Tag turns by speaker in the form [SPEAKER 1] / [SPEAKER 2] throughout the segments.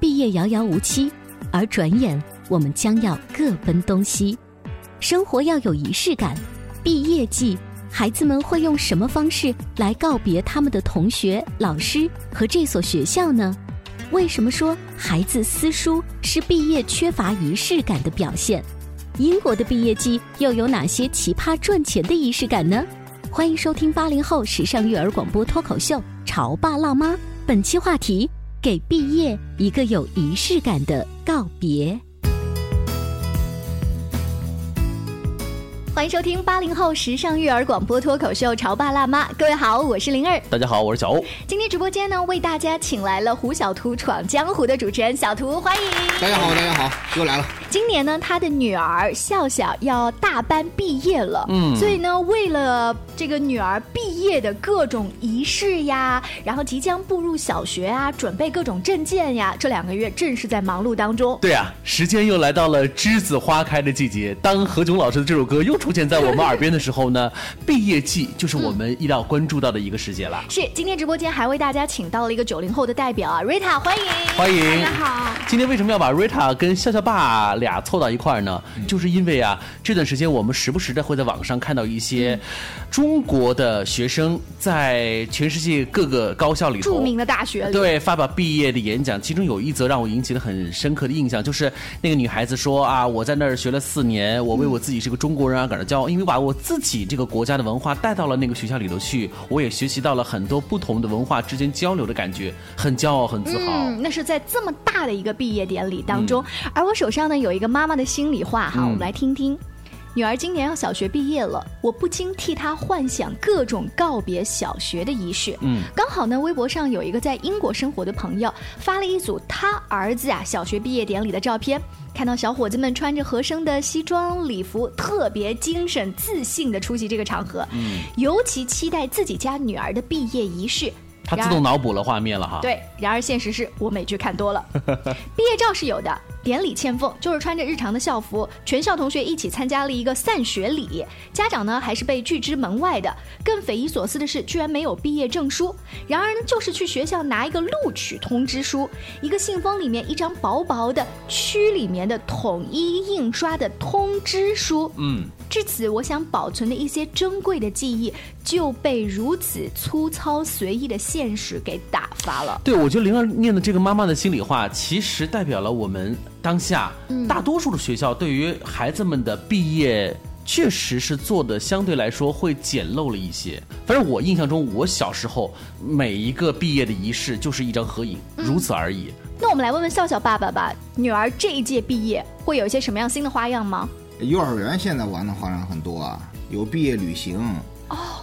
[SPEAKER 1] 毕业遥遥无期，而转眼我们将要各奔东西。生活要有仪式感。毕业季，孩子们会用什么方式来告别他们的同学、老师和这所学校呢？为什么说孩子撕书是毕业缺乏仪式感的表现？英国的毕业季又有哪些奇葩赚钱的仪式感呢？欢迎收听八零后时尚育儿广播脱口秀《潮爸辣妈》。本期话题：给毕业一个有仪式感的告别。
[SPEAKER 2] 欢迎收听八零后时尚育儿广播脱口秀《潮爸辣妈》，各位好，我是灵儿。
[SPEAKER 3] 大家好，我是小欧。
[SPEAKER 2] 今天直播间呢，为大家请来了胡小图闯江湖的主持人小图，欢迎。
[SPEAKER 4] 大家好，大家好，又来了。
[SPEAKER 2] 今年呢，他的女儿笑笑要大班毕业了，
[SPEAKER 3] 嗯
[SPEAKER 2] 所以呢，为了这个女儿毕业的各种仪式呀，然后即将步入小学啊，准备各种证件呀，这两个月正是在忙碌当中。
[SPEAKER 3] 对啊，时间又来到了栀子花开的季节。当何炅老师的这首歌又出现在我们耳边的时候 呢，毕业季就是我们一定要关注到的一个时节了。
[SPEAKER 2] 是，今天直播间还为大家请到了一个九零后的代表啊，Rita，欢迎，
[SPEAKER 3] 欢迎
[SPEAKER 2] 大家好。
[SPEAKER 3] 今天为什么要把 Rita 跟笑笑爸俩凑到一块儿呢？
[SPEAKER 2] 嗯
[SPEAKER 3] 就是因为啊，这段时间我们时不时的会在网上看到一些
[SPEAKER 2] 嗯
[SPEAKER 3] 中国的学生在全世界各个高校里头
[SPEAKER 2] 著名的大学里，
[SPEAKER 3] 对，发表毕业的演讲，其中有一则让我引起了很深刻的印象，就是那个女孩子说啊，我在那儿学了四年，我为我自己是个中国人而感到骄傲，因为把我自己这个国家的文化带到了那个学校里头去，我也学习到了很多不同的文化之间交流的感觉，很骄傲，很自豪。嗯
[SPEAKER 2] 嗯，那是在这么大的一个毕业典礼当中，而我手上呢有一个妈妈的心里话哈，我们来听听。女儿今年要小学毕业了，我不禁替她幻想各种告别小学的仪式。
[SPEAKER 3] 嗯，
[SPEAKER 2] 刚好呢，微博上有一个在英国生活的朋友发了一组他儿子啊小学毕业典礼的照片，看到小伙子们穿着合身的西装礼服，特别精神自信的出席这个场合，嗯，尤其期待自己家女儿的毕业仪式。
[SPEAKER 3] 她
[SPEAKER 2] 然
[SPEAKER 3] 自
[SPEAKER 2] 而
[SPEAKER 3] 动脑补了画面了哈。，
[SPEAKER 2] 对，然而现实是我美剧看多了，毕业照是有的，典礼欠奉，就是穿着日常的校服，全校同学一起参加了一个散学礼，家长呢还是被拒之门外的。更匪夷所思的是，居然没有毕业证书。然而呢，就是去学校拿一个录取通知书，一个信封里面一张薄薄的区里面的统一印刷的通知书。
[SPEAKER 3] 嗯，
[SPEAKER 2] 至此，我想保存的一些珍贵的记忆就被如此粗糙随意的现实给打发了。
[SPEAKER 3] 对，我觉得灵儿念的这个妈妈的心里话，其实代表了我们当下、大多数的学校对于孩子们的毕业。确实是做的相对来说会简陋了一些。反正我印象中，我小时候每一个毕业的仪式就是一张合影，如此而已。
[SPEAKER 2] 那我们来问问笑笑爸爸吧，女儿这一届毕业会有一些什么样新的花样吗？
[SPEAKER 4] 幼儿园现在玩的花样很多啊，有毕业旅行，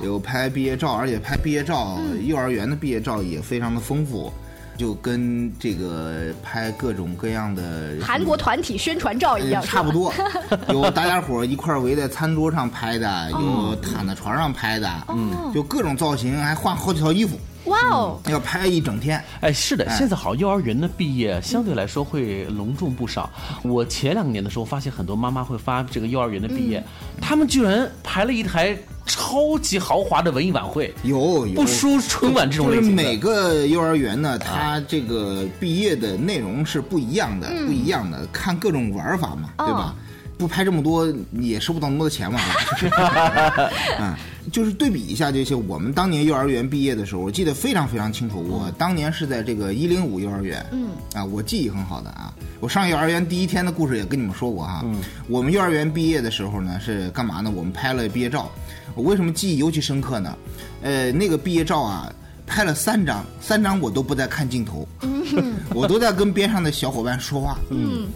[SPEAKER 4] 有拍毕业照，而且拍毕业照，幼儿园的毕业照也非常的丰富，就跟这个拍各种各样的
[SPEAKER 2] 韩国团体宣传照一
[SPEAKER 4] 也
[SPEAKER 2] 样，
[SPEAKER 4] 嗯差不
[SPEAKER 2] 是吧。
[SPEAKER 4] 多，有大家伙儿一块儿围在餐桌上拍的，有躺在床上拍的，
[SPEAKER 2] 哦
[SPEAKER 4] 就各种造型，还换好几套衣服，
[SPEAKER 2] 哇哦，
[SPEAKER 4] 要拍一整天。
[SPEAKER 3] 哎，是的，
[SPEAKER 4] 哎
[SPEAKER 3] 现在好像幼儿园的毕业相对来说会隆重不少。我前两年的时候发现很多妈妈会发这个幼儿园的毕业，他们居然排了一台超级豪华的文艺晚会，
[SPEAKER 4] 有有
[SPEAKER 3] 不输春晚这种
[SPEAKER 4] 就
[SPEAKER 3] 类
[SPEAKER 4] 是
[SPEAKER 3] 型的。
[SPEAKER 4] 每个幼儿园呢，它这个毕业的内容是不一样的，不一样的，看各种玩法嘛，对吧？不拍这么多也收不到那么多钱嘛。 嗯，就是对比一下这些，我们当年幼儿园毕业的时候，我记得非常非常清楚。我当年是在这个一零五幼儿园，嗯，啊，我记忆很好的啊。我上幼儿园第一天的故事也跟你们说过哈。嗯，我们幼儿园毕业的时候呢，是干嘛呢？我们拍了毕业照。我为什么记忆尤其深刻呢？呃，那个毕业照啊，拍了三张，三张我都不在看镜头，
[SPEAKER 2] 嗯
[SPEAKER 4] 我都在跟边上的小伙伴说话。嗯。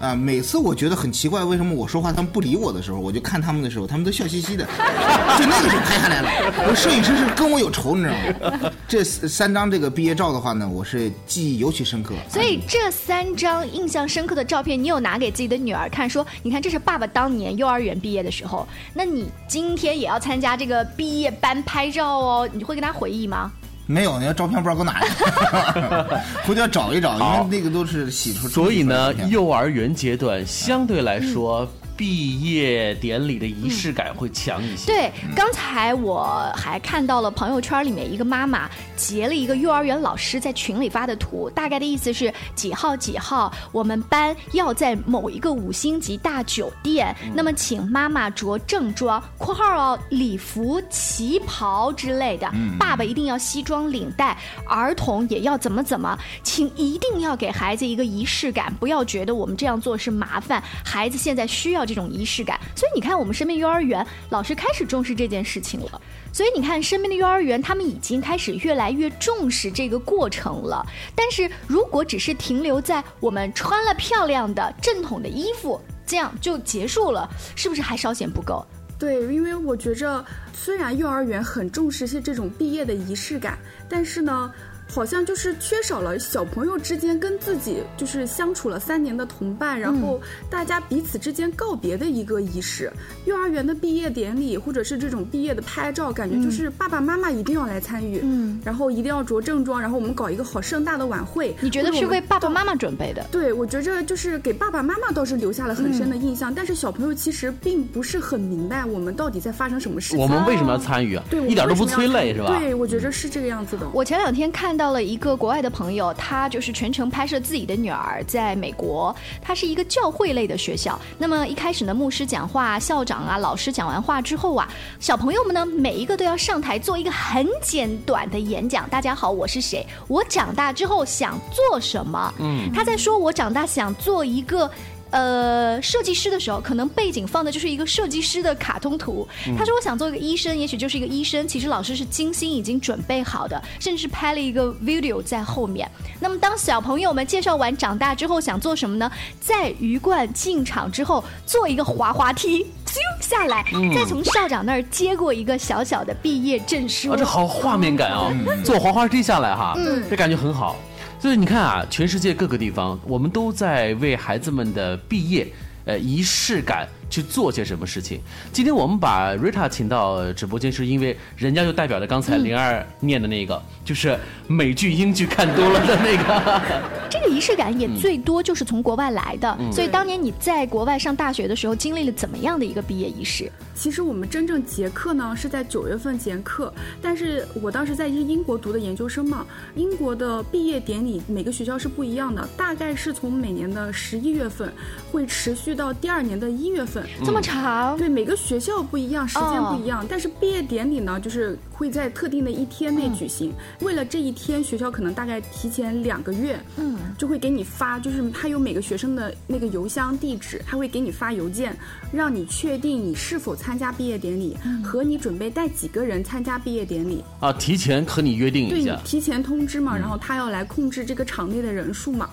[SPEAKER 4] 啊，每次我觉得很奇怪，为什么我说话他们不理我的时候，我就看他们的时候，他们都笑嘻嘻的，就那个时候拍下来了。我摄影师是跟我有仇，你知道吗？这三张这个毕业照的话呢，我是记忆尤其深刻。哎
[SPEAKER 2] 所以这三张印象深刻的照片，你有拿给自己的女儿看，说你看这是爸爸当年幼儿园毕业的时候，那你今天也要参加这个毕业班拍照哦，你会跟她回忆吗？
[SPEAKER 4] 没有，那个照片不知道搁哪儿 了，回头要找一找，因为那个都是洗出。
[SPEAKER 3] 所以呢
[SPEAKER 4] 出来的，
[SPEAKER 3] 幼儿园阶段相对来说，毕业典礼的仪式感会强一些。，
[SPEAKER 2] 对，刚才我还看到了朋友圈里面一个妈妈截了一个幼儿园老师在群里发的图，大概的意思是几号几号我们班要在某一个五星级大酒店，那么请妈妈着正装（括号哦，礼服、旗袍之类的），爸爸一定要西装领带，儿童也要怎么怎么，请一定要给孩子一个仪式感，不要觉得我们这样做是麻烦，孩子现在需要这种仪式感。所以你看，我们身边幼儿园老师开始重视这件事情了。所以你看，身边的幼儿园他们已经开始越来越重视这个过程了。但是如果只是停留在我们穿了漂亮的正统的衣服，这样就结束了，是不是还稍显不够？
[SPEAKER 5] 对，因为我觉着，虽然幼儿园很重视是这种毕业的仪式感，但是呢，好像就是缺少了小朋友之间跟自己就是相处了三年的同伴，然
[SPEAKER 2] 嗯
[SPEAKER 5] 后大家彼此之间告别的一个仪式。幼儿园的毕业典礼或者是这种毕业的拍照，感觉就是爸爸妈妈一定要来参与，
[SPEAKER 2] 嗯，
[SPEAKER 5] 然后一定要着正装，然后我们搞一个好盛大的晚会。
[SPEAKER 2] 你觉
[SPEAKER 5] 或
[SPEAKER 2] 得
[SPEAKER 5] 者我
[SPEAKER 2] 是
[SPEAKER 5] 们
[SPEAKER 2] 为爸爸妈妈准备的？
[SPEAKER 5] 对，我觉着就是给爸爸妈妈倒是留下了很深的
[SPEAKER 3] 嗯
[SPEAKER 5] 印象，但是小朋友其实并不是很明白我们到底在发生什么事情。
[SPEAKER 3] 我们为什么要参与啊？
[SPEAKER 5] 对我们
[SPEAKER 3] 一点都不
[SPEAKER 5] 为什么
[SPEAKER 3] 催
[SPEAKER 5] 要
[SPEAKER 3] 泪是吧？嗯
[SPEAKER 5] 对，我觉着是这个样子的。
[SPEAKER 2] 我前两天看到了一个国外的朋友，他就是全程拍摄自己的女儿在美国，他是一个教会类的学校。那么一开始呢，牧师讲话、校长啊、老师讲完话之后啊，小朋友们呢每一个都要上台做一个很简短的演讲。大家好，我是谁？我长大之后想做什么？嗯，他在说我长大想做一个。呃，设计师的时候，可能背景放的就是一个设计师的卡通图。
[SPEAKER 3] 嗯
[SPEAKER 2] 他说我想做一个医生，也许就是一个医生。其实老师是精心已经准备好的，甚至是拍了一个 video 在后面。那么当小朋友们介绍完长大之后想做什么呢？在鱼贯进场之后，做一个滑滑梯，咻下来，
[SPEAKER 3] 嗯
[SPEAKER 2] 再从校长那儿接过一个小小的毕业证书。
[SPEAKER 3] 啊，这好画面感哦！
[SPEAKER 5] 嗯
[SPEAKER 3] 坐滑滑梯下来哈，这感觉很好。所以你看啊，全世界各个地方，我们都在为孩子们的毕业，呃，仪式感去做些什么事情。今天我们把 Rita 请到直播间，是因为人家就代表了刚才
[SPEAKER 5] 嗯
[SPEAKER 3] 灵儿念的那个，就是美剧、英剧看多了的那个。
[SPEAKER 2] 这个仪式感
[SPEAKER 3] 嗯
[SPEAKER 2] 也最多就是从国外来的。所以当年你在国外上大学的时候，经历了怎么样的一个毕业仪式？
[SPEAKER 5] 其实我们真正结课呢是在九月份结课，但是我当时在英英国读的研究生嘛，英国的毕业典礼每个学校是不一样的，大概是从每年的十一月份，会持续到第二年的一月份。
[SPEAKER 2] 这么长？
[SPEAKER 5] 对，每个学校不一样，时间不一
[SPEAKER 3] 哦
[SPEAKER 5] 样，但是毕业典礼呢，就是会在特定的一天
[SPEAKER 3] 嗯
[SPEAKER 5] 内举行。为了这一天，学校可能大概提前两个月，嗯，就会给你发，就是他有每个学生的那个邮箱地址，他会给你发邮件，让你确定你是否参加毕业典礼、
[SPEAKER 3] 嗯
[SPEAKER 5] 和你准备带几个人参加毕业典礼。
[SPEAKER 3] 啊，提前和你约定
[SPEAKER 5] 对
[SPEAKER 3] 一
[SPEAKER 5] 你
[SPEAKER 3] 下。嗯
[SPEAKER 5] 提前通知嘛，然后他要来控制这个场内的人数嘛。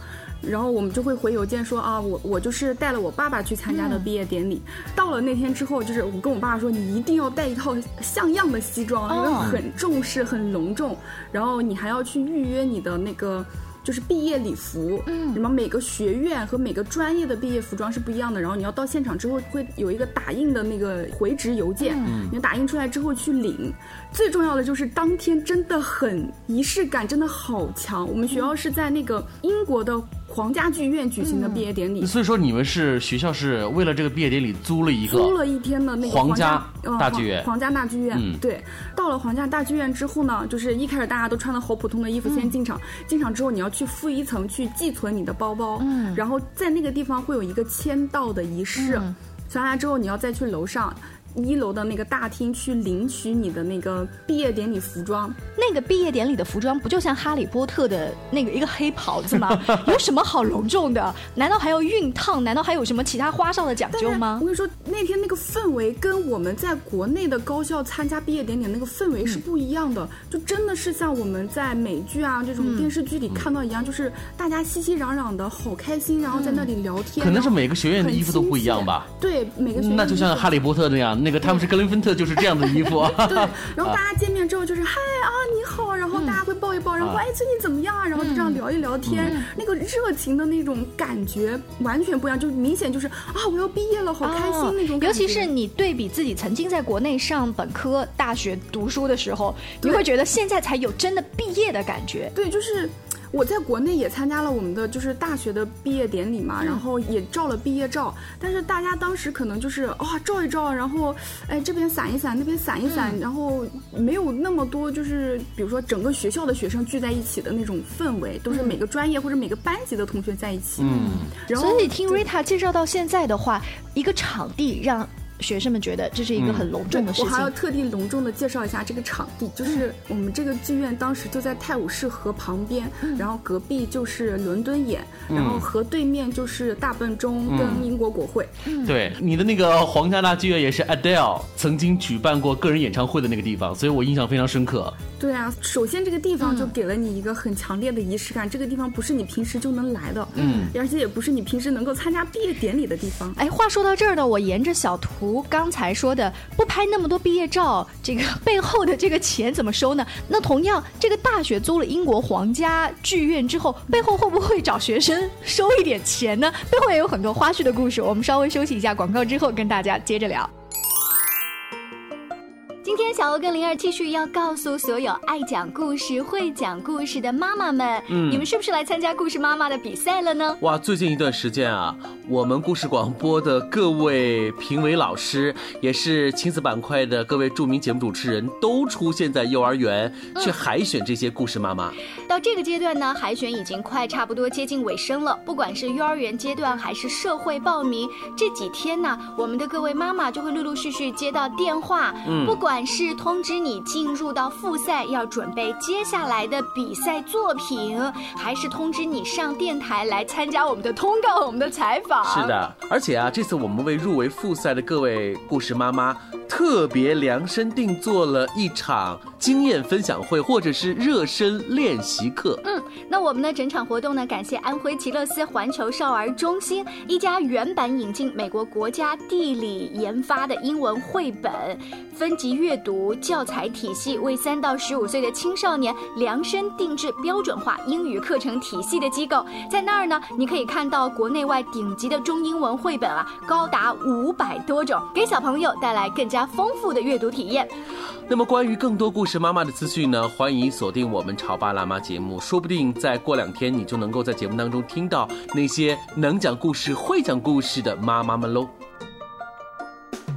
[SPEAKER 5] 然后我们就会回邮件说啊，我我就是带了我爸爸去参加的毕业典礼。到了那天之后，就是我跟我爸说，你一定要带一套像样的西装，因为很重视、很隆重。然后你还要去预约你的那个。就是毕业礼服，嗯，什么每个学院和每个专业的毕业服装是不一样的，然后你要到现场之后会有一个打印的那个回执邮件，你打印出来之后去领。最重要的就是当天真的很仪式感，真的好强。我们学校是在那个英国的皇家剧院举行的毕业典礼，
[SPEAKER 3] 所以说，你们是学校是为了这个毕业典礼租了一个，
[SPEAKER 5] 租了一天的那个
[SPEAKER 3] 皇
[SPEAKER 5] 家
[SPEAKER 3] 家
[SPEAKER 5] 呃
[SPEAKER 3] 大剧院
[SPEAKER 5] 皇皇家大剧院、
[SPEAKER 3] 嗯
[SPEAKER 5] 对，到了皇家大剧院之后呢，就是一开始大家都穿的好普通的衣服，先进场。进场之后，你要去负一层去寄存你的包包，然后在那个地方会有一个签到的仪式。传达之后，你要再去楼上一楼的那个大厅去领取你的那个毕业典礼服装。
[SPEAKER 2] 那个毕业典礼的服装不就像哈利波特的那个一个黑袍子 吗？有什么好隆重的？难道还要熨烫？难道还有什么其他花哨的讲
[SPEAKER 5] 但
[SPEAKER 2] 究
[SPEAKER 5] 是
[SPEAKER 2] 吗
[SPEAKER 5] 我？跟你说，那天那个氛围跟我们在国内的高校参加毕业典礼那个氛围
[SPEAKER 3] 嗯
[SPEAKER 5] 是不一样的，就真的是像我们在美剧啊这
[SPEAKER 3] 嗯
[SPEAKER 5] 种电视剧里看到一样，就是大家熙熙攘攘的，好开心，然后在那里聊天。
[SPEAKER 3] 嗯可能是
[SPEAKER 5] 然后
[SPEAKER 3] 每个学院的衣服都不一样吧。
[SPEAKER 5] 对每个学
[SPEAKER 3] 那
[SPEAKER 5] 院
[SPEAKER 3] 就像哈利波特那样，那个他们是格林芬特就是这样的衣服啊。 嗯
[SPEAKER 5] 对，然后大家见面之后就是嗨啊你好，然后大家会抱一抱，然后哎最近怎么样啊？然后就这样聊一聊天，
[SPEAKER 3] 嗯
[SPEAKER 5] 那个热情的那种感觉完全不一样，就明显就是啊我要毕业了，好开心
[SPEAKER 2] 哦
[SPEAKER 5] 那种感觉。
[SPEAKER 2] 尤其是你对比自己曾经在国内上本科大学读书的时候，你会觉得现在才有真的毕业的感觉。
[SPEAKER 5] 对，就是我在国内也参加了我们的就是大学的毕业典礼
[SPEAKER 2] 嗯
[SPEAKER 5] 嘛，然后也照了毕业照，但是大家当时可能就是哇、照一照，然后哎这边散一散，那边散一
[SPEAKER 2] 嗯
[SPEAKER 5] 散，然后没有那么多就是比如说整个学校的学生聚在一起的那种氛围，都是
[SPEAKER 2] 嗯
[SPEAKER 5] 每个专业或者每个班级的同学在一起。
[SPEAKER 3] 嗯，
[SPEAKER 5] 然后
[SPEAKER 2] 所以听 Rita 介绍到现在的话，一个场地让学生们觉得这是一个很隆重的事
[SPEAKER 5] 我
[SPEAKER 2] 情。嗯
[SPEAKER 5] 还要特地隆重的介绍一下这个场地，就是我们这个剧院当时就在泰晤士河旁边，然后隔壁就是伦敦眼，
[SPEAKER 2] 嗯
[SPEAKER 5] 然后河对面就是大笨钟跟英国国会。
[SPEAKER 3] 对，你的那个皇家大剧院也是 Adele 曾经举办过个人演唱会的那个地方，所以我印象非常深刻。
[SPEAKER 5] 对啊，首先这个地
[SPEAKER 2] 嗯
[SPEAKER 5] 方就给了你一个很强烈的仪式感，这个地方不是你平时就能来的，嗯，而且也不是你平时能够参加毕业典礼的地方。
[SPEAKER 2] 哎，话说到这儿呢，我沿着小图刚才说的，不拍那么多毕业照，这个 背后的这个钱怎么收呢？那同样，这个大学租了英国皇家剧院之后，背后会不会找学生收一点钱呢？背后也有很多花絮的故事。我们稍微休息一下广告之后，跟大家接着聊。
[SPEAKER 6] 今天小欧跟灵儿继续要告诉所有爱讲故事、会讲故事的妈妈们，
[SPEAKER 3] 嗯
[SPEAKER 6] 你们是不是来参加故事妈妈的比赛了呢？
[SPEAKER 3] 哇，最近一段时间啊，我们故事广播的各位评委老师，也是亲子板块的各位著名节目主持人，都出现在幼儿园
[SPEAKER 5] 嗯
[SPEAKER 3] 去海选这些故事妈妈。
[SPEAKER 6] 到这个阶段呢，海选已经快差不多接近尾声了。不管是幼儿园阶段还是社会报名，这几天呢，我们的各位妈妈就会陆陆续续接到电话，
[SPEAKER 3] 嗯
[SPEAKER 6] 不管是通知你进入到复赛要准备接下来的比赛作品，还是通知你上电台来参加我们的通告、我们的采访。
[SPEAKER 3] 是。的，而且啊，这次我们为入围复赛的各位故事妈妈特别量身定做了一场经验分享会，或者是热身练习课。
[SPEAKER 6] 那我们的整场活动呢，感谢安徽极乐司环球少儿中心一家原版引进美国国家地理研发的英文绘本分级阅读教材体系，为三到十五岁的青少年量身定制标准化英语课程体系的机构。在那儿呢，你可以看到国内外顶级的中英文绘本啊，高达五百多种，给小朋友带来更加丰富的阅读体验。
[SPEAKER 3] 那么，关于更多故事妈妈的资讯呢，欢迎锁定我们潮爸辣妈节目，说不定再过两天你就能够在节目当中听到那些能讲故事、会讲故事的妈妈们喽。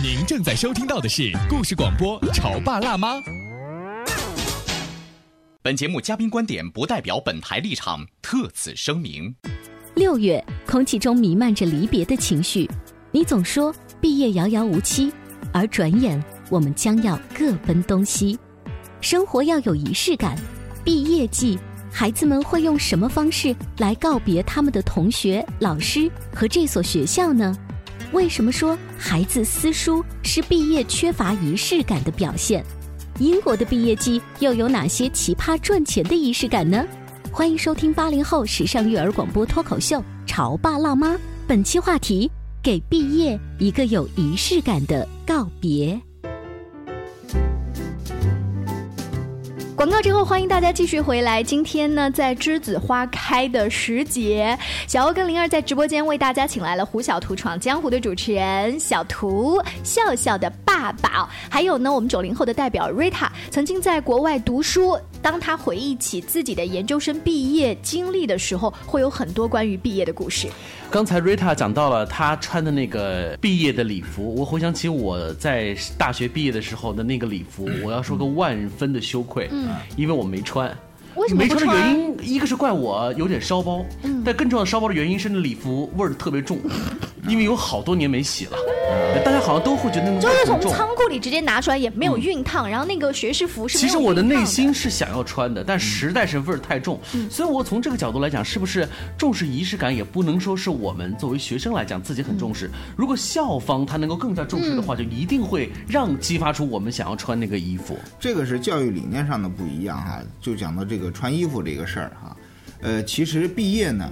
[SPEAKER 7] 您正在收听到的是故事广播《潮爸辣妈》。
[SPEAKER 8] 本节目嘉宾观点不代表本台立场，特此声明。
[SPEAKER 1] 六月，空气中弥漫着离别的情绪。你总说毕业遥遥无期，而转眼我们将要各奔东西。生活要有仪式感。毕业季，孩子们会用什么方式来告别他们的同学、老师和这所学校呢？为什么说孩子撕书是毕业缺乏仪式感的表现？英国的毕业季又有哪些奇葩赚钱的仪式感呢？欢迎收听八零后时尚育儿广播脱口秀《潮爸辣妈》。本期话题：给毕业一个有仪式感的告别。
[SPEAKER 2] 广告之后，欢迎大家继续回来。今天呢，在栀子花开的时节，小欧跟灵儿在直播间为大家请来了《胡小图闯江湖》的主持人小图、笑笑的爸爸，还有呢，我们九零后的代表 Rita，曾经在国外读书。当他回忆起自己的研究生毕业经历的时候，会有很多关于毕业的故事。
[SPEAKER 3] 刚才 Rita 讲到了她穿的那个毕业的礼服，我回想起我在大学毕业的时候的那个礼服，
[SPEAKER 2] 嗯
[SPEAKER 3] 我要说个万分的羞愧，嗯，因为我没穿。
[SPEAKER 2] 为什么
[SPEAKER 3] 没
[SPEAKER 2] 不
[SPEAKER 3] 穿的
[SPEAKER 2] 穿啊嗯
[SPEAKER 3] 原因，一个是怪我有点烧包，但更重要的烧包的原因是那礼服味儿特别重，因为有好多年没洗了，大家好像都会觉得那个
[SPEAKER 2] 嗯就
[SPEAKER 3] 味
[SPEAKER 2] 是
[SPEAKER 3] 儿
[SPEAKER 2] 从
[SPEAKER 3] 很重。
[SPEAKER 2] 仓库里直接拿出来，也没有熨烫，然后那个学士服是没有
[SPEAKER 3] 其实我的
[SPEAKER 2] 熨烫
[SPEAKER 3] 内心是想要穿的，
[SPEAKER 2] 嗯
[SPEAKER 3] 但实在是味儿太重，所以我从这个角度来讲，是不是重视仪式感，也不能说是我们作为学生来讲自己很重
[SPEAKER 2] 嗯
[SPEAKER 3] 视。如果校方他能够更加重视的话，就一定会让激发出我们想要穿那个衣服。
[SPEAKER 4] 这个是教育理念上的不一样哈。就讲到这个穿衣服这个事儿哈，呃，其实毕业呢，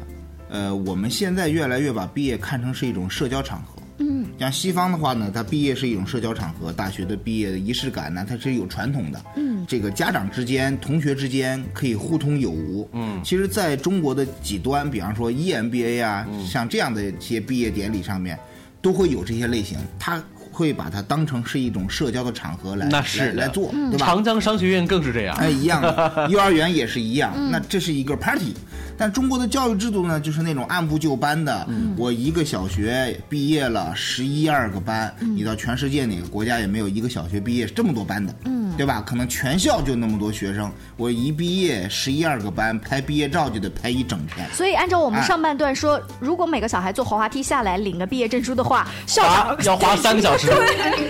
[SPEAKER 4] 呃，我们现在越来越把毕业看成是一种社交场合。嗯，像西方的话呢，它毕业是一种社交场合，大学的毕业的仪式感呢，它是有传统的。嗯，这个家长之间、同学之间可以互通有无。嗯，其实在中国的极端，比方说 EMBA 啊，
[SPEAKER 3] 嗯
[SPEAKER 4] 像这样的一些毕业典礼上面，都会有这些类型，它会把它当成是一种社交的场合来
[SPEAKER 3] 那是的
[SPEAKER 4] 来来做，
[SPEAKER 2] 嗯
[SPEAKER 4] 对吧？
[SPEAKER 3] 长江商学院更是这样，
[SPEAKER 4] 哎，一样的，幼儿园也是一样。
[SPEAKER 2] 嗯
[SPEAKER 4] 那这是一个 party，但中国的教育制度呢，就是那种按部就班的。我一个小学毕业了十一二个班，
[SPEAKER 2] 嗯
[SPEAKER 4] 你到全世界哪个国家也没有一个小学毕业这么多班的，
[SPEAKER 2] 嗯
[SPEAKER 4] 对吧？可能全校就那么多学生，我一毕业十一二个班，拍毕业照就得拍一整天。
[SPEAKER 2] 所以，按照我们
[SPEAKER 4] 哎
[SPEAKER 2] 上半段说，如果每个小孩坐滑滑梯下来领个毕业证书的话，校长
[SPEAKER 3] 要 花三个小时。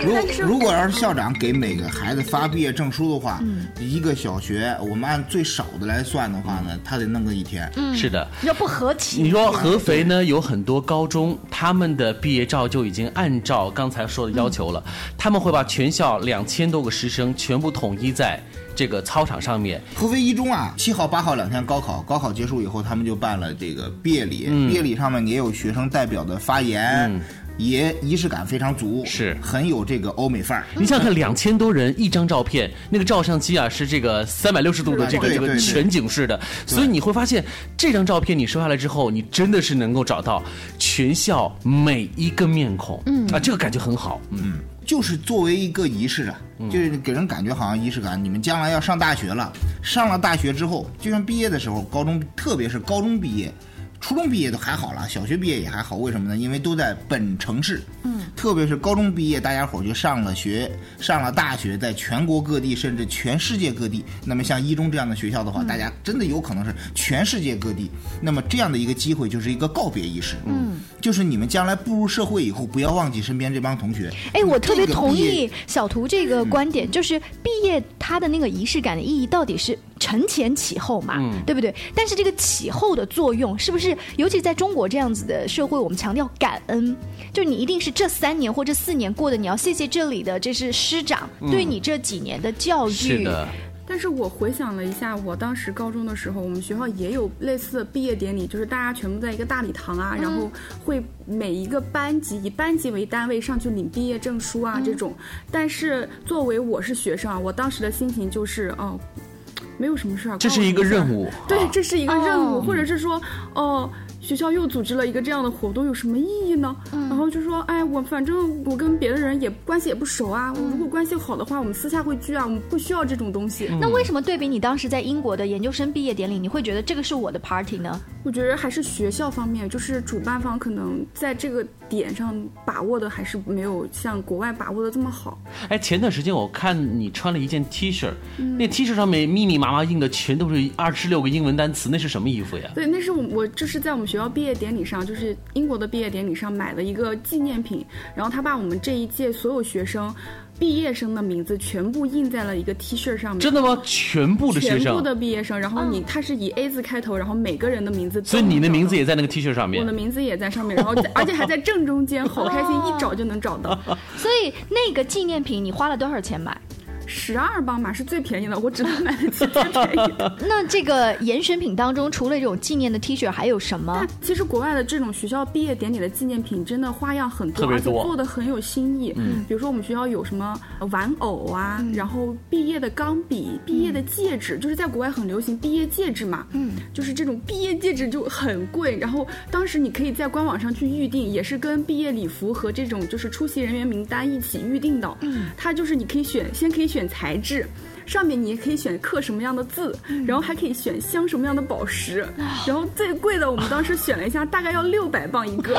[SPEAKER 4] 如如果要是校长给每个孩子发毕业证书的话，
[SPEAKER 2] 嗯
[SPEAKER 4] 一个小学我们按最少的来算的话
[SPEAKER 2] 嗯
[SPEAKER 4] 呢，他得弄个一天。
[SPEAKER 3] 是的，
[SPEAKER 2] 要不合体，
[SPEAKER 3] 你说合肥呢，有很多高中，他们的毕业照就已经按照刚才说的要求
[SPEAKER 2] 嗯
[SPEAKER 3] 了，他们会把全校两千多个师生全部统一在这个操场上面。
[SPEAKER 4] 合肥一中啊，七号、八号两天高考，高考结束以后，他们就办了这个毕业礼，毕业礼上面也有学生代表的发言，也仪式感非常足，
[SPEAKER 3] 是
[SPEAKER 4] 很有这个欧美范儿。
[SPEAKER 3] 你想想看，两千多人一张照片，那个照相机啊是这个三百六十度的这个
[SPEAKER 4] 对
[SPEAKER 3] 这个
[SPEAKER 4] 对
[SPEAKER 3] 全景式的，所以你会发现这张照片你收下来之后，你真的是能够找到全校每一个面孔，嗯啊，这个感觉很好，嗯，
[SPEAKER 4] 就是作为一个仪式啊，就是给人感觉好像仪式感。你们将来要上大学了，上了大学之后，就像毕业的时候，高中特别是高中毕业。初中毕业都还好了，小学毕业也还好，为什么呢？因为都在本城市。嗯，特别是高中毕业，大家伙儿就上了学，上了大学，在全国各地甚至全世界各地。那么像一中这样的学校的话，大家真的有可能是全世界各地。那么这样的一个机会，就是一个告别仪式。嗯，就是你们将来步入社会以后，不要忘记身边这帮同学。
[SPEAKER 2] 哎，我特别
[SPEAKER 4] 这个
[SPEAKER 2] 同
[SPEAKER 4] 毕业
[SPEAKER 2] 意小图这个观
[SPEAKER 3] 嗯
[SPEAKER 2] 点，就是毕业它的那个仪式感的意义到底是承前启后嘛，
[SPEAKER 3] 嗯
[SPEAKER 2] 对不对？但是这个启后的作用是不是，尤其在中国这样子的社会，我们强调感恩，就是你一定是这三年或者四年过的，你要谢谢这里的这是师长、对你这几年的教育，
[SPEAKER 3] 嗯是的，
[SPEAKER 5] 但是我回想了一下，我当时高中的时候，我们学校也有类似的毕业典礼，就是大家全部在一个大礼堂啊，然后会每一个班级以班级为单位上去领毕业证书啊、这种。但是作为我是学生啊，我当时的心情就是哦。没有什么事儿，
[SPEAKER 3] 这是一个
[SPEAKER 5] 关我什么事
[SPEAKER 3] 任
[SPEAKER 5] 儿
[SPEAKER 3] 务
[SPEAKER 5] 对
[SPEAKER 3] 啊，
[SPEAKER 5] 这是一个任务，
[SPEAKER 2] 哦
[SPEAKER 5] 或者是说，哦、学校又组织了一个这样的活动，有什么意义呢？然后就说，哎，我反正我跟别的人也关系也不熟啊，我如果关系好的话，我们私下会聚啊，我们不需要这种东西。
[SPEAKER 4] 嗯
[SPEAKER 2] 那为什么对比你当时在英国的研究生毕业典礼，你会觉得这个是我的 party 呢？
[SPEAKER 5] 我觉得还是学校方面，就是主办方可能在这个点上把握的还是没有像国外把握的这么好。
[SPEAKER 3] 哎，前段时间我看你穿了一件 T 恤，那 T 恤上面密密麻麻印的全都是二十六个英文单词，那是什么衣服呀？
[SPEAKER 5] 对，那是我我这是在我们学校毕业典礼上，就是英国的毕业典礼上买了一个纪念品，然后他把我们这一届所有学生。毕业生的名字全部印在了一个 T 恤上面，
[SPEAKER 3] 真的吗？全部的学
[SPEAKER 5] 全部
[SPEAKER 3] 生，
[SPEAKER 5] 的毕业生，然后你他是以 A 字开头，然后每个人的名字都能找
[SPEAKER 3] 所
[SPEAKER 5] 到，
[SPEAKER 3] 以你的名字也在那个 T 恤上
[SPEAKER 5] 我
[SPEAKER 3] 面
[SPEAKER 5] 的。名字也在上面，然后在而且还在正
[SPEAKER 3] 啊
[SPEAKER 5] 中间，好开心，一找就能找到。
[SPEAKER 2] 所以那个纪念品你花了多少钱买？
[SPEAKER 5] 十二磅吧是最便宜的，我只能买得起最便宜 的。
[SPEAKER 2] 那这个严选品当中，除了这种纪念的 T 恤，还有什么
[SPEAKER 5] 但？其实国外的这种学校毕业典礼的纪念品真的花样很多，
[SPEAKER 3] 特别
[SPEAKER 5] 而且
[SPEAKER 3] 多
[SPEAKER 5] 做的很有新意。
[SPEAKER 3] 嗯
[SPEAKER 5] 比如说我们学校有什么玩偶啊，然后毕业的钢笔、毕业的戒指，就是在国外很流行毕业戒指嘛。
[SPEAKER 2] 嗯，
[SPEAKER 5] 就是这种毕业戒指就很贵，然后当时你可以在官网上去预定，也是跟毕业礼服和这种就是出席人员名单一起预定的。嗯，它就是你可以选，先可以选材质。上面你也可以选刻什么样的字，然后还可以选镶什么样的宝石，然后最贵的我们当时选了一下，大概要六百磅一个。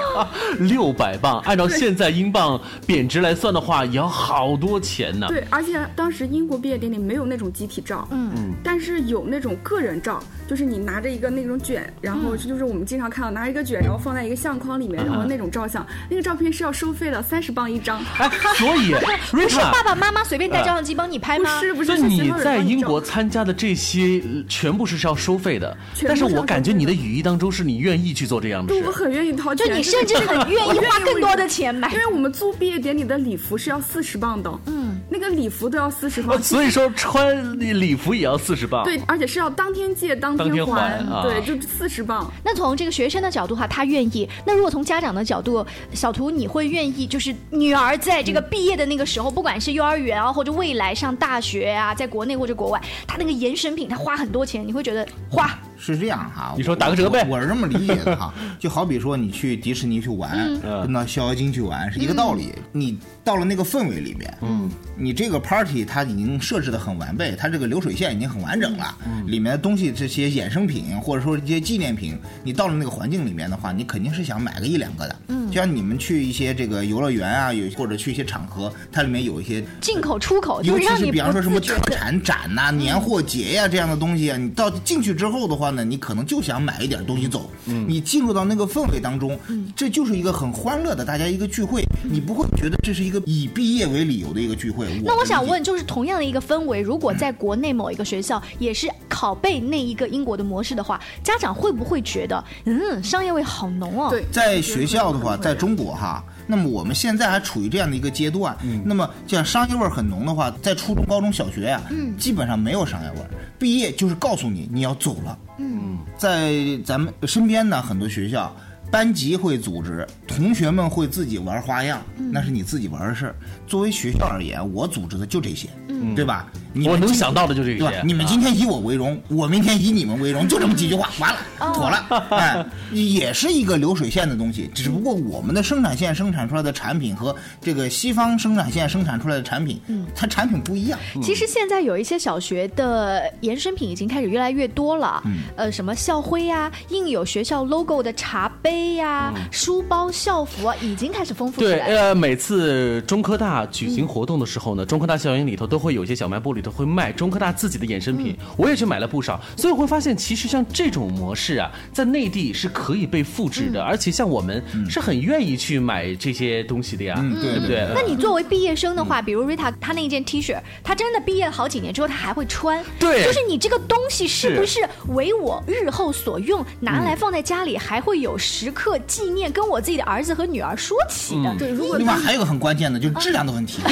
[SPEAKER 3] 六百磅，按照现在英镑贬值来算的话，也要好多钱呢。
[SPEAKER 5] 对，而且当时英国毕业典礼没有那种集体照，
[SPEAKER 2] 嗯，
[SPEAKER 5] 但是有那种个人照，就是你拿着一个那种卷，然
[SPEAKER 2] 嗯
[SPEAKER 5] 后就是我们经常看到拿着一个卷，然后放在一个相框里面，然后那种照相，那个照片是要收费的，三十磅一张。
[SPEAKER 3] 哎，所 以
[SPEAKER 2] 不是
[SPEAKER 3] Rita，
[SPEAKER 2] 爸爸妈妈随便带照相机帮你拍
[SPEAKER 5] 不
[SPEAKER 2] 吗？
[SPEAKER 5] 是不
[SPEAKER 3] 所
[SPEAKER 5] 是，
[SPEAKER 3] 以
[SPEAKER 5] 是学
[SPEAKER 3] 你
[SPEAKER 5] 校有
[SPEAKER 3] 在
[SPEAKER 5] 帮你
[SPEAKER 3] 英
[SPEAKER 5] 照
[SPEAKER 3] 国参加的这些呃全部是是要收费的，
[SPEAKER 5] 全部
[SPEAKER 3] 但
[SPEAKER 5] 是
[SPEAKER 3] 是
[SPEAKER 5] 要
[SPEAKER 3] 我感觉
[SPEAKER 5] 收费
[SPEAKER 3] 你的
[SPEAKER 5] 的
[SPEAKER 3] 语义当中是你愿意去做这样的
[SPEAKER 5] 对，
[SPEAKER 3] 事
[SPEAKER 5] 我。很愿意掏
[SPEAKER 2] 就
[SPEAKER 5] 钱，
[SPEAKER 2] 你甚至很愿意花更多的钱买
[SPEAKER 5] 因。为我们租毕业典礼的礼服是要四十磅的，嗯，那个礼服都要四十
[SPEAKER 3] 呃
[SPEAKER 5] 磅，
[SPEAKER 3] 所以说穿礼服也要四十磅。
[SPEAKER 5] 对，而且是要当天借当
[SPEAKER 3] 当天还
[SPEAKER 5] 还，
[SPEAKER 3] 啊
[SPEAKER 5] 对，就四十磅。
[SPEAKER 2] 那从这个学生的角度哈，他愿意；那如果从家长的角度，小图你会愿意，就是女儿在这个毕业的那个时候，不管是幼儿园啊，或者未来上大学啊，在国内或者国外，她那个衍生品，她花很多钱，你会觉得花
[SPEAKER 4] 是这样哈，
[SPEAKER 3] 你说打个折呗
[SPEAKER 4] 我我是这么理解的 哈，就好比说你去迪士尼去玩，
[SPEAKER 2] 嗯
[SPEAKER 3] 嗯
[SPEAKER 4] 跟到逍遥津去玩是一个道理。你到了那个氛围里面，嗯，你这个 party 它已经设置的很完备，它这个流水线已经很完整了，
[SPEAKER 3] 嗯
[SPEAKER 4] 里面的东西这些衍生品或者说一些纪念品，你到了那个环境里面的话，你肯定是想买个一两个的。嗯，就像你们去一些这个游乐园啊，有或者去一些场合，它里面有一些
[SPEAKER 2] 进口出口，就
[SPEAKER 4] 尤
[SPEAKER 2] 是
[SPEAKER 4] 其
[SPEAKER 2] 让
[SPEAKER 4] 是
[SPEAKER 2] 你
[SPEAKER 4] 比方
[SPEAKER 2] 不
[SPEAKER 4] 说什么
[SPEAKER 2] 自
[SPEAKER 4] 车
[SPEAKER 2] 觉嗯的。
[SPEAKER 4] 展展呐、年货节呀、这样的东西啊，你到进去之后的话呢，你可能就想买一点东西走。你进入到那个氛围当中，
[SPEAKER 2] 嗯
[SPEAKER 4] 这就是一个很欢乐的大家一个聚会，你不会觉得这是一个以毕业为理由的一个聚会。
[SPEAKER 2] 那我
[SPEAKER 4] 我
[SPEAKER 2] 想
[SPEAKER 4] 理解
[SPEAKER 2] 问，就是同样的一个氛围，如果在国内某一个学校也是拷贝那一个英国的模式的话，家长会不会觉得，嗯，商业味好浓哦？
[SPEAKER 5] 对，
[SPEAKER 4] 在学校的话，在中国哈，那么我们现在还处于这样的一个阶段。那么像商业味儿很浓的话，在初中、高中小学呀、基本上没有商业味儿。毕业就是告诉你你要走了。嗯，在咱们身边呢，很多学校。班级会组织，同学们会自己玩花样，那是你自己玩的事儿。作为学校而言，我组织的就这些，对吧？你
[SPEAKER 3] 我
[SPEAKER 4] 们
[SPEAKER 3] 能
[SPEAKER 4] 今
[SPEAKER 3] 想到的就这
[SPEAKER 4] 对
[SPEAKER 3] 些
[SPEAKER 4] 吧？。你们今天以我为荣，我明天以你们为荣，就这么几句话，完了，妥了。哎，也是一个流水线的东西，只不过我们的生产线生产出来的产品和这个西方生产线生产出来的产品，它产品不一样。
[SPEAKER 2] 其实现在有一些小学的衍生品已经开始越来越多了，
[SPEAKER 4] 嗯
[SPEAKER 2] 呃，什么校徽呀、印有学校 logo 的茶杯呀、
[SPEAKER 4] 嗯
[SPEAKER 2] 书包、校服啊，已经开始丰富起
[SPEAKER 3] 对，
[SPEAKER 2] 来了。
[SPEAKER 3] 呃，每次中科大举行活动的时候呢，中科大校园里头都会有一些小卖部里头会卖中科大自己的衍生品，我也去买了不少。所以我会发现，其实像这种模式啊，在内地是可以被复制的，而且像我们是很愿意去买这些东西的呀，
[SPEAKER 4] 嗯
[SPEAKER 3] 对
[SPEAKER 4] 对
[SPEAKER 3] 不
[SPEAKER 4] 对
[SPEAKER 3] 对？
[SPEAKER 2] 那你作为毕业生的话，比如 Rita 她那一件 T 恤，她真的毕业了好几年之后，她还会穿。
[SPEAKER 3] 对
[SPEAKER 2] 就是你这个东西是不是为我日后所用，拿来放在家里，还会有时刻纪念，跟我自己的儿子和女儿说起的。
[SPEAKER 5] 对，如果
[SPEAKER 4] 另外
[SPEAKER 5] 当
[SPEAKER 4] 还有一个很关键的就是质量的问题。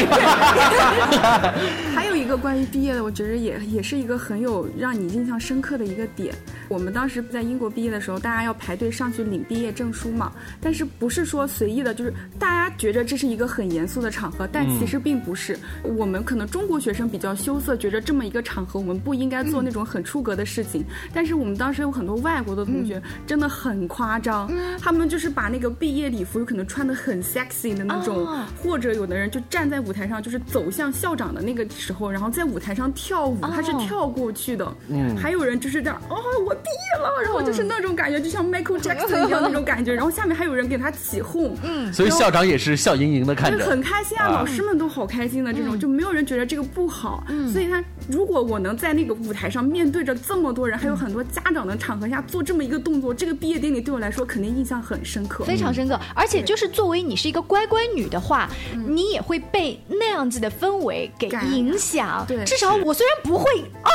[SPEAKER 5] 还有一个关于毕业的，我觉得也也是一个很有让你印象深刻的一个点。我们当时在英国毕业的时候，大家要排队上去领毕业证书嘛，但是不是说随意的，就是大家觉着这是一个很严肃的场合，但其实并不是。我们可能中国学生比较羞涩，觉着这么一个场合，我们不应该做那种很出格的事情。但是我们当时有很多外国的同学，真的很夸张，他们就是把那个毕业礼服有可能穿的很 sexy 的那种，
[SPEAKER 2] 哦
[SPEAKER 5] 或者有的人就站在舞台上，就是走向校长的那个时候，然后在舞台上跳舞，他是跳过去的。嗯，还有人就是这样，哦，我毕业了，然后就是那种感觉，就像 Michael Jackson 一样那种感觉，然后下面还有人给他起哄，嗯，
[SPEAKER 3] 所以呃校长也是笑盈盈的看
[SPEAKER 5] 就是
[SPEAKER 3] 着
[SPEAKER 5] 很。开心啊，
[SPEAKER 3] 啊嗯
[SPEAKER 5] 老师们都好开心的这种，就没有人觉得这个不好。所以他如果我能在那个舞台上面对着这么多人，
[SPEAKER 3] 嗯
[SPEAKER 5] 还有很多家长的场合下做这么一个动作，这个毕业典礼对我来说肯定印象很深刻。
[SPEAKER 2] 非常深刻。而且就是作为你是一个乖乖女的话，你也会被那样子的氛围给
[SPEAKER 5] 感染
[SPEAKER 2] 影响。
[SPEAKER 5] 对
[SPEAKER 2] 至少我虽然不会啊，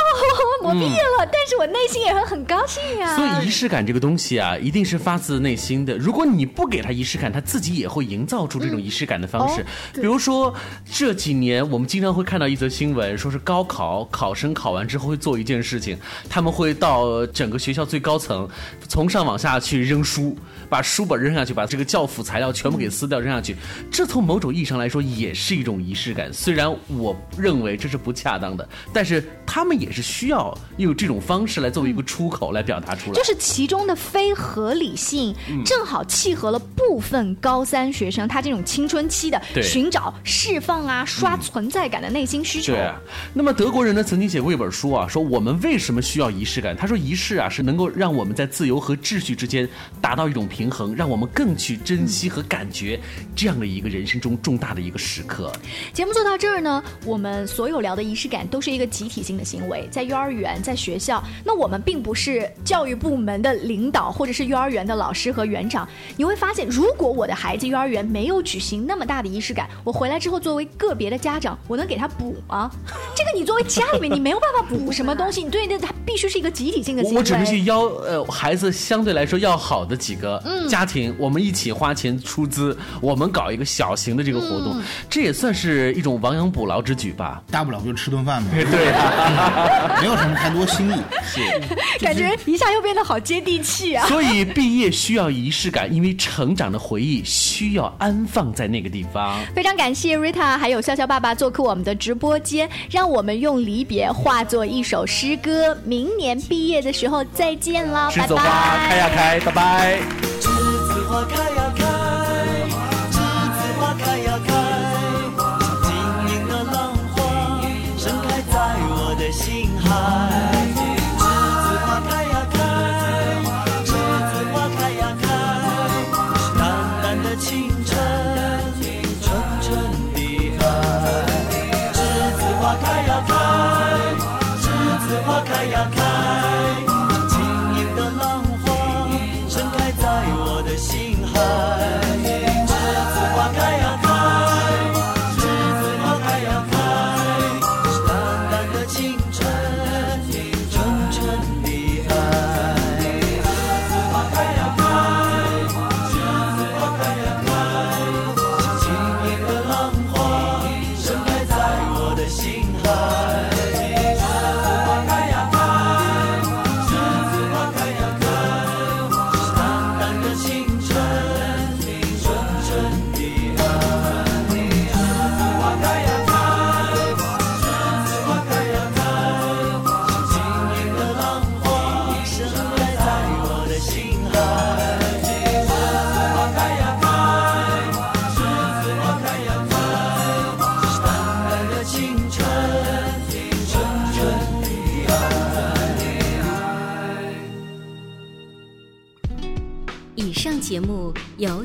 [SPEAKER 2] 我毕业了，但是我内心也会很高兴呀、
[SPEAKER 3] 所以仪式感这个东西啊，一定是发自内心的。如果你不给他仪式感，他自己也会营造出这种仪式感的方式。比如说这几年，我们经常会看到一则新闻，说是高考考生考完之后会做一件事情，他们会到整个学校最高层，从上往下去扔书，把书本扔下去，把这个教辅材料全部给撕掉扔下去。这从某种意义上来说也是一种仪式感，虽然我认为这是不恰当的，但是他们也是需要用这种方式来作为一个出口来表达出来。嗯
[SPEAKER 2] 就是其中的非合理性，正好契合了部分高三学生他这种青春期的
[SPEAKER 3] 对
[SPEAKER 2] 寻找释放啊、刷存在感的内心需求。
[SPEAKER 3] 对啊，那么德国人呢曾经写过一本书啊，说我们为什么需要仪式感？他说仪式啊是能够让我们在自由和秩序之间达到一种平衡，让我们更去珍惜和感觉这样的一个人生中重大的一个时刻。
[SPEAKER 2] 节目做到这儿呢，我们所有聊的仪式感都是一个集体性的行为，在幼儿园、在学校，那我们并不是教育部门的领导或者是幼儿园的老师和园长。你会发现，如果我的孩子幼儿园没有举行那么大的仪式感，我回来之后作为个别的家长，我能给他补吗？ 这个你作为家里面你没有办法补什么东西，你对的它必须是一个集体性的行
[SPEAKER 3] 我
[SPEAKER 2] 为。
[SPEAKER 3] 我只能去邀呃孩子相对来说要好的几个
[SPEAKER 2] 嗯
[SPEAKER 3] 家庭，我们一起花钱出资，我们搞一个小型的这个活
[SPEAKER 2] 嗯
[SPEAKER 3] 动，这也算是一种亡羊补牢之举 吧。
[SPEAKER 4] 大不了就吃顿饭嘛， 嗯
[SPEAKER 3] 对啊，
[SPEAKER 4] 没有什么太多新意。
[SPEAKER 2] 感觉一下又变得好接地气啊！
[SPEAKER 3] 所以毕业需要仪式感，因为成长的回忆需要安放在那个地方。
[SPEAKER 2] 非常感谢 Rita 还有笑笑爸爸做客我们的直播间，让我们用离别化作一首诗歌。明年毕业的时候再见啦，
[SPEAKER 3] 栀
[SPEAKER 2] 拜
[SPEAKER 3] 子花
[SPEAKER 2] 拜。
[SPEAKER 3] 开呀开，拜拜。
[SPEAKER 9] 栀子花开呀开，栀子花开呀开，晶莹的浪花盛开在我的心海。栀子花开呀开，栀子花开呀开，淡淡的青春，纯纯的爱。栀子花开呀开，栀子花开呀开。晶莹的浪花盛开在我的心海。栀子花开呀开，栀子花开呀开，淡淡的青春，纯纯的爱。栀子花开呀开，栀子花开呀开，晶莹的浪花盛开在我的心海。栀子花开呀开。栀子花开呀开，淡淡的青春，纯纯的爱。栀子花开呀开，栀子花开呀开，晶莹的浪花盛开在我的心海。栀子花开呀开，栀子花开呀开，淡淡的青春，纯纯的爱。
[SPEAKER 1] 以上节目由